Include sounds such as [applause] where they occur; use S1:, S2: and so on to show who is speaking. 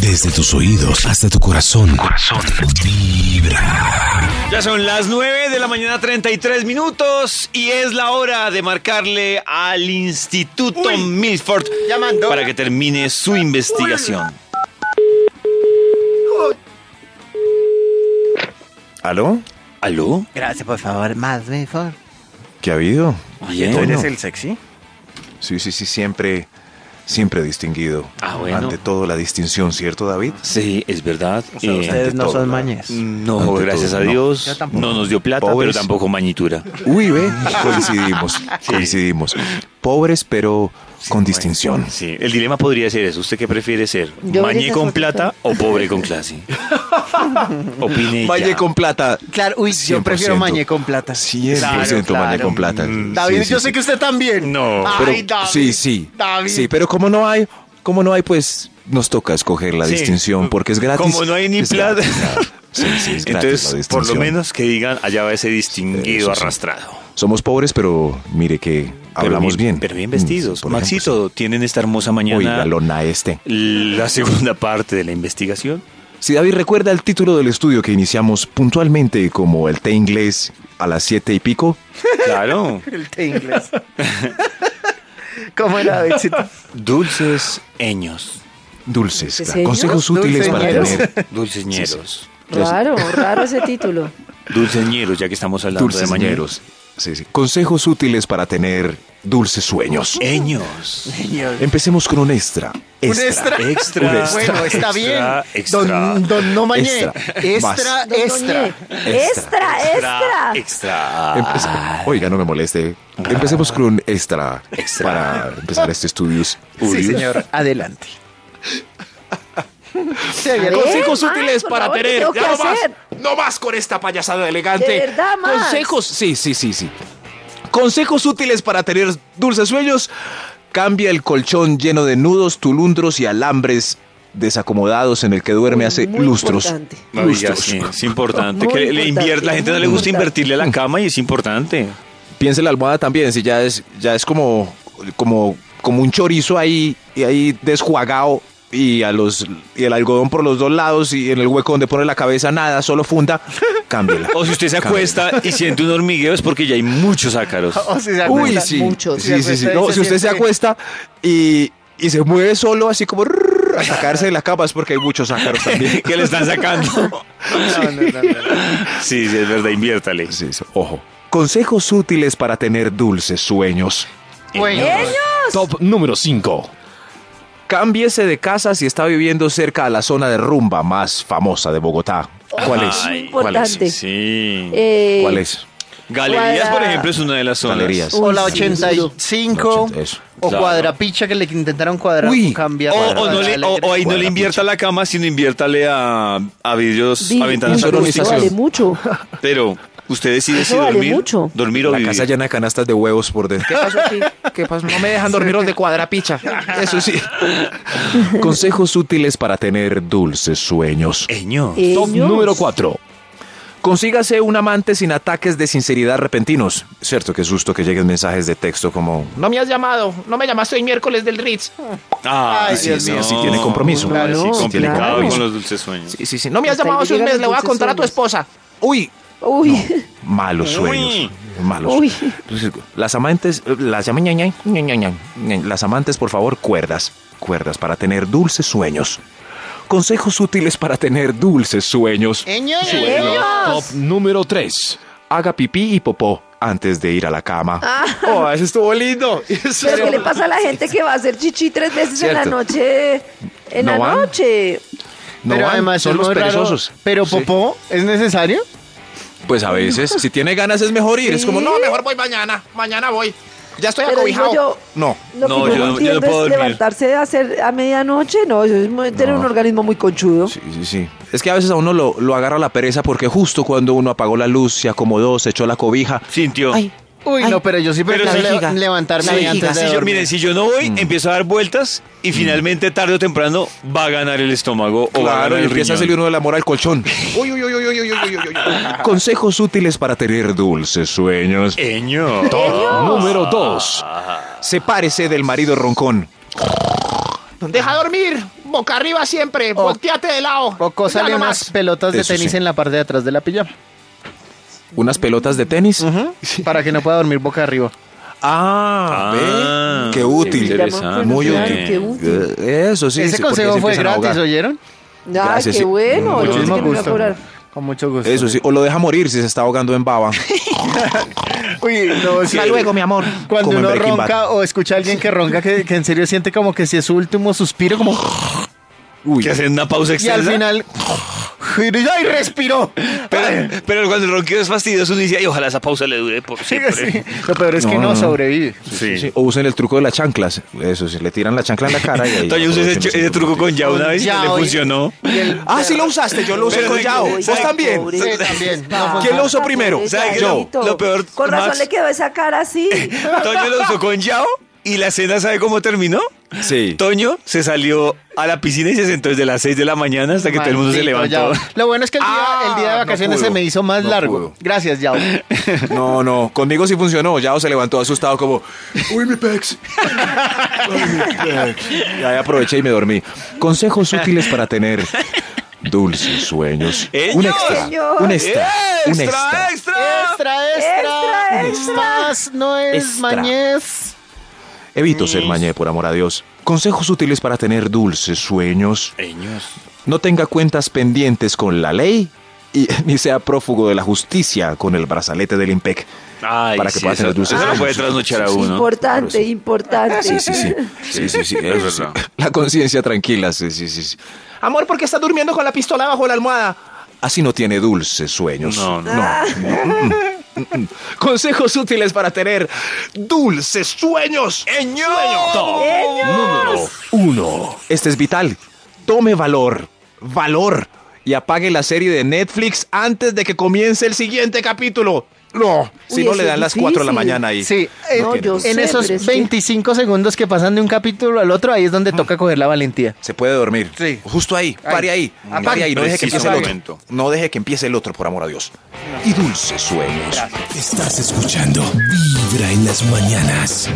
S1: Desde tus oídos hasta tu corazón. Corazón. Vibra.
S2: Ya son las 9 de la mañana 33 minutos y es la hora de marcarle al Instituto
S3: Uy.
S2: Milford
S3: Llamando.
S2: para que termine su investigación.
S4: ¿Aló?
S2: ¿Aló?
S3: Gracias, por favor, más mejor.
S4: ¿Qué ha habido?
S2: Oye.
S4: ¿Tú eres
S3: el sexy?
S4: Sí, sí, sí, siempre, siempre distinguido.
S2: Ah, bueno.
S4: Ante todo la distinción, ¿cierto, David?
S2: Sí, es verdad. Eh,
S3: Ustedes no
S4: todo,
S3: son
S4: ¿no?
S3: mañes.
S2: no,
S4: ante todo,
S2: gracias a
S4: no.
S2: Dios.
S3: Yo
S2: No,
S3: tampoco.
S2: nos dio plata,
S4: Pobres.
S2: pero tampoco mañitura.
S3: [laughs]
S4: Uy, ve, coincidimos, coincidimos. Pobres, pero con
S3: pues.
S4: distinción.
S2: Sí, el dilema podría ser eso. ¿Usted qué prefiere ser?
S5: Yo
S2: ¿Mañe
S5: ahorita
S2: con
S5: soy-
S2: plata o pobre con clase? Opine
S4: Valle
S2: ya.
S4: con plata.
S3: Claro, uy, yo
S4: 100%.
S3: prefiero mañe con plata.
S4: 100%
S3: Claro,
S4: Valle
S3: claro.
S4: con plata.
S2: Mm,
S4: Sí,
S3: David,
S4: sí,
S3: yo
S4: sí.
S3: sé que usted también.
S2: No.
S3: Ay,
S4: Pero-
S3: David,
S4: sí, sí.
S3: David.
S4: Sí, pero como no hay, como no hay, pues nos toca escoger la
S2: Sí.
S4: distinción porque es gratis.
S2: Como no hay ni
S4: es
S2: plata.
S4: gratis, claro. Sí, sí, es gratis la
S2: Entonces, por lo
S4: distinción.
S2: menos que digan, allá va ese distinguido
S4: Eso sí.
S2: arrastrado.
S4: Somos pobres, pero mire que hablamos
S2: pero bien,
S4: bien.
S2: Pero bien
S4: Mm,
S2: vestidos.
S4: por
S2: Maxito,
S4: ejemplo,
S2: tienen esta hermosa
S4: sí.
S2: mañana
S4: Uy, la lona este.
S2: la segunda parte de la [laughs] investigación.
S4: Si David recuerda el título del estudio que iniciamos puntualmente como el té inglés a las siete y pico,
S2: Claro.
S3: El té
S4: [laughs]
S3: inglés. ¿Cómo era, Davidcito?
S2: Dulces eños.
S4: dulces,
S5: ¿Dulces
S4: claro,
S5: señor?
S4: consejos
S3: ¿Dulces
S4: útiles para
S3: señor?
S4: tener
S2: Dulces ñeros.
S5: Raro, raro ese título.
S2: Dulces ñeros, ya que estamos [laughs] hablando de
S4: dulces
S2: mañana.
S4: mañeros. Sí, sí. Consejos útiles para tener dulces sueños.
S2: Eh. Eños.
S4: Empecemos con un extra. Extra.
S3: extra?
S2: Extra.
S4: Un extra.
S3: Bueno, está
S2: extra,
S3: bien.
S2: extra.
S3: don, don no mañé.
S4: Extra.
S3: Extra,
S5: Don
S3: [laughs] extra.
S5: Doñé, Extra, extra.
S2: Extra.
S4: Empece- Oiga, no me moleste. Empecemos con un extra,
S2: Extra.
S4: para empezar este estudio.
S2: [laughs]
S3: Sí, señor. Adelante. Sí,
S5: A
S3: había
S5: ver,
S3: consejos
S5: más,
S3: útiles
S5: por
S3: para
S5: favor, ¿qué
S3: tener.
S5: tengo que hacer?
S4: No más con esta payasada elegante.
S5: De verdad, Max.
S4: Consejos, sí, sí, sí, sí. Consejos útiles para tener dulces sueños. Cambia el colchón lleno de nudos, tulundros y alambres desacomodados en el que duerme hace
S5: Muy
S4: lustros.
S5: importante.
S3: Mm.
S2: No, y ya
S4: Lustros.
S2: sí, es importante
S5: Muy
S2: que le
S5: importante,
S2: invier- la gente no
S5: muy
S2: le gusta
S5: importante.
S2: invertirle a la cama y es importante.
S4: Piense en la almohada también, si ya es, ya es como, como, como un chorizo ahí, y ahí desjuagado y a los y el algodón por los dos lados y en el hueco donde pone la cabeza nada, solo funda,
S2: [laughs]
S4: cámbiala.
S2: O si usted se acuesta y siente un hormigueo es porque ya hay muchos
S5: [laughs]
S2: ácaros.
S3: O si se
S4: Uy,
S3: acuerda.
S4: Oh, sí.
S5: muchos.
S4: Sí, sí, sí. No, si usted se acuesta y, y se mueve solo, así como rrr, a sacarse de la capa, es porque hay muchos ácaros también.
S2: [laughs] que le están sacando.
S3: No, no, no, no.
S2: Sí, sí, es verdad, inviértale.
S4: [laughs] Sí, sí, ojo. Consejos útiles para tener dulces sueños.
S3: Bueno.
S1: Top número 5.
S4: Cámbiese de casa si está viviendo cerca a la zona de rumba más famosa de Bogotá. ¿Cuál es?
S2: Ay,
S4: ¿Cuál es?
S5: importante.
S2: Sí.
S5: Eh,
S4: ¿Cuál es?
S2: Galerías, por
S5: cuadra-
S2: ejemplo, es una de las zonas.
S4: Galerías.
S3: O la
S5: Uy, sí,
S3: 85.
S4: La 80, eso.
S3: O
S2: Claro.
S3: cuadrapicha que le intentaron cuadrar.
S4: Uy,
S3: o cambiar.
S2: O,
S3: para
S2: o no le-
S3: darle-
S2: o- o ahí no le
S4: Guarda,
S2: invierta a la cama, sino inviértale a, a vidrios,
S5: di-
S2: a
S5: uy,
S2: ventanas
S5: pero eso
S2: acústicas. [laughs]
S5: vale mucho.
S2: Pero usted decide si
S5: Eso vale
S2: dormir,
S5: mucho.
S2: dormir o
S4: La
S2: vivir.
S4: casa llena de canastas de huevos por dentro.
S6: ¿Qué pasó? No me dejan dormir los de cuadrapicha.
S4: [laughs] Eso sí. Consejos útiles para tener dulces sueños.
S2: Eño.
S1: Top
S5: Ellos.
S1: número 4.
S4: Consígase un amante sin ataques de sinceridad repentinos. Cierto, qué susto que lleguen mensajes de texto como...
S6: No me has llamado. No me llamaste hoy miércoles del Ritz.
S2: Ah,
S3: Ay,
S2: sí,
S3: Dios
S2: sí,
S3: mío.
S2: sí,
S4: tiene compromiso.
S2: Claro, sí,
S5: Claro,
S2: complicado
S5: claro.
S2: con los dulces sueños.
S6: Sí, sí, sí. No me has
S5: Hasta ahí
S6: llamado hace un
S5: llegan los
S6: mes. Le voy a
S5: dulces
S6: contar a tu
S5: sueños.
S6: esposa.
S4: Uy,
S5: Uy, [laughs]
S4: malos sueños. Malos
S5: Uy.
S4: sueños. Entonces, Las amantes, las llaman ña, ña, ña, ña, ña, ña. Las amantes, por favor, cuerdas. Cuerdas para tener dulces sueños. Consejos útiles para tener dulces sueños.
S3: Eño, eño,
S5: Eño.
S3: eño.
S1: Top número 3.
S4: Haga pipí y popó antes de ir a la cama.
S6: [laughs] Oh, eso estuvo lindo. Eso
S5: Ah, pero es que le pasa a la gente que va a hacer chichi tres veces en
S4: Cierto.
S5: la noche. En
S4: No
S5: la
S4: van.
S5: noche.
S4: No
S3: pero
S4: van,
S3: además
S4: son
S3: es
S4: los
S3: muy raro.
S4: perezosos.
S3: Pero
S4: Sí.
S3: popó, ¿es necesario?
S4: Pues a veces, si tiene ganas es mejor ir. Es como, no,
S5: Sí.
S6: Mejor voy mañana. Mañana voy. Ya estoy
S5: Pero digo
S6: acobijado.
S5: yo,
S4: no.
S5: lo
S2: No,
S5: que
S2: yo no- yo
S5: yo,
S2: no
S5: no entiendo
S2: puedo
S5: es
S2: dormir.
S5: levantarse a hacer a medianoche. No, eso es muy- tener un organismo muy conchudo.
S4: Sí, sí, sí. Es que a veces a uno lo, lo agarra la pereza porque justo cuando uno apagó la luz, se acomodó, se echó la cobija.
S2: Sintió.
S6: Ay,
S3: Uy,
S6: Ay,
S3: no, pero yo sí
S2: pero
S3: prefiero
S2: la
S3: le-
S6: vejiga.
S3: levantarme
S6: La vejiga,
S3: antes de
S2: Si yo,
S3: dormir.
S2: miren, si yo no voy,
S4: Mm.
S2: empiezo a dar vueltas y finalmente, tarde o temprano, va a ganar el estómago o va a ganar
S4: Claro, y
S2: el
S4: empieza a salir
S2: riñón.
S4: uno del amor al [laughs] colchón.
S6: uy, uy, uy, uy, uy, uy, uy, uy, uy.
S4: Consejos útiles para tener dulces sueños.
S3: Eh,
S2: Eño.
S3: ah.
S1: Número 2.
S4: Sepárese del marido roncón.
S6: Deja dormir. boca arriba siempre.
S3: O-
S6: Volteate de lado.
S3: Coco
S6: Ya
S3: sale
S6: no
S3: unas
S6: más.
S3: pelotas de
S4: Eso
S3: tenis
S4: sí.
S3: en la parte de atrás de la pijama.
S4: ¿Unas pelotas de tenis?
S3: Para que no pueda dormir boca arriba.
S2: Ah,
S4: Ah, ve, qué
S5: Se
S4: útil.
S5: llama
S2: Interesante.
S4: Muy
S5: Claro,
S4: útil.
S5: qué útil.
S4: Eso sí.
S3: Ese
S4: sí, porque
S3: consejo
S4: se
S3: fue
S4: empiezan a
S3: gratis,
S4: ahogar.
S3: ¿oyeron?
S5: Ah,
S4: Gracias, sí.
S5: qué bueno. yo pensé
S3: Muchísimo
S5: que me iba a
S3: gusto.
S5: cobrar.
S3: Con mucho gusto.
S4: Eso sí, o lo deja morir si se está ahogando en baba.
S3: Uy, no, sí.
S6: Hasta luego, mi amor.
S3: Cuando
S4: Como en
S3: uno
S4: Breaking Bad.
S3: ronca o escucha a alguien que ronca, que, que en serio siente como que si es su último suspiro, como.
S2: Que hacen una pausa
S3: Y
S2: extensa.
S3: al final. ¡Ay, respiró!
S2: Pero, pero cuando el ronquido es fastidioso, uno dice, ay, ojalá esa pausa le dure por siempre.
S3: Sí, Lo peor es que
S4: No,
S3: no,
S4: no.
S3: sobrevive.
S2: Sí.
S4: Sí, O usen el truco de las chanclas. Eso sí, le tiran
S2: [laughs]
S4: la chancla en la cara y ahí.
S2: Toño usó ese,
S4: aprovechan
S2: ese truco con ya una vez y no le
S3: Yao,
S2: funcionó.
S3: y el-
S4: Ah, sí lo usaste, yo lo usé
S2: Pero
S4: con
S2: de-
S4: Yao.
S2: Uy,
S4: Vos
S2: ay,
S4: también.
S5: pobre
S3: Sí,
S5: Max,
S3: también.
S5: pa.
S3: No fue-
S4: ¿Quién lo usó primero?
S5: Pobre
S2: ¿Sabe qué es
S4: lo-
S5: Yayito.
S2: lo peor,
S5: Con razón
S2: Max?
S5: le quedó esa cara así.
S2: [laughs] Toño lo usó con Yao y la cena, ¿sabe cómo terminó?
S4: Sí.
S2: Toño se salió a la piscina y se sentó desde las 6 de la mañana hasta que todo el mundo se
S3: Maldito,
S2: levantó.
S3: Yao. Lo bueno es que el día,
S4: Ah,
S3: el día de
S4: no
S3: vacaciones
S4: pudo,
S3: se me hizo más
S4: no
S3: largo.
S4: pudo.
S3: Gracias, Yao.
S4: [laughs] No, no, conmigo sí funcionó. Yao se levantó asustado como, uy,
S2: [laughs]
S4: mi pex. Ay, mi pex". Y ahí aproveché y me dormí. Consejos útiles para tener dulces sueños.
S2: ¡Ellos!
S4: Un extra,
S5: ¡Señor!
S4: un extra, un
S2: ¡Extra,
S4: extra.
S2: extra!
S3: extra,
S5: Extra,
S3: extra.
S5: extra.
S3: Más no es
S4: Extra.
S3: mañez.
S4: Evito ser mañé, por amor a Dios. Consejos útiles para tener dulces sueños. No tenga cuentas pendientes con la ley y [laughs] ni sea prófugo de la justicia con el brazalete del IMPEC.
S2: Ay,
S4: Para que
S2: sí,
S4: pueda tener
S2: eso-
S4: dulces
S2: Eso lo
S4: sueños.
S2: puede trasnochar a uno.
S5: Importante, importante.
S4: Sí, sí, sí. Sí, sí, sí. eso sí. La conciencia tranquila, sí, sí, sí. sí.
S6: Amor, porque estás durmiendo con la pistola bajo la almohada?
S4: Así no tiene dulces sueños. Mm,
S2: No, no.
S4: Consejos útiles para tener dulces sueños.
S5: Señor.
S4: Uno. Este es vital. Tome valor. Valor. Y apague la serie de Netflix antes de que comience el siguiente capítulo. No. Si
S5: Uy,
S4: no
S5: ese
S4: le dan
S5: es
S4: las 4 de la
S5: difícil.
S4: mañana ahí.
S3: Sí, eh,
S5: No, yo
S3: en
S5: sé, pero es
S3: esos
S5: que-
S3: 25 segundos que pasan de un capítulo al otro, ahí es donde toca coger la valentía.
S4: Se puede dormir.
S3: Sí.
S4: Justo ahí.
S3: Ahí.
S4: Pare ahí.
S3: Apague.
S4: Pare ahí. No deje que
S2: Preciso
S4: empiece el
S2: momento.
S4: otro. No deje que empiece el otro, por amor a Dios. Y dulces sueños.
S1: Estás escuchando Vibra en las mañanas.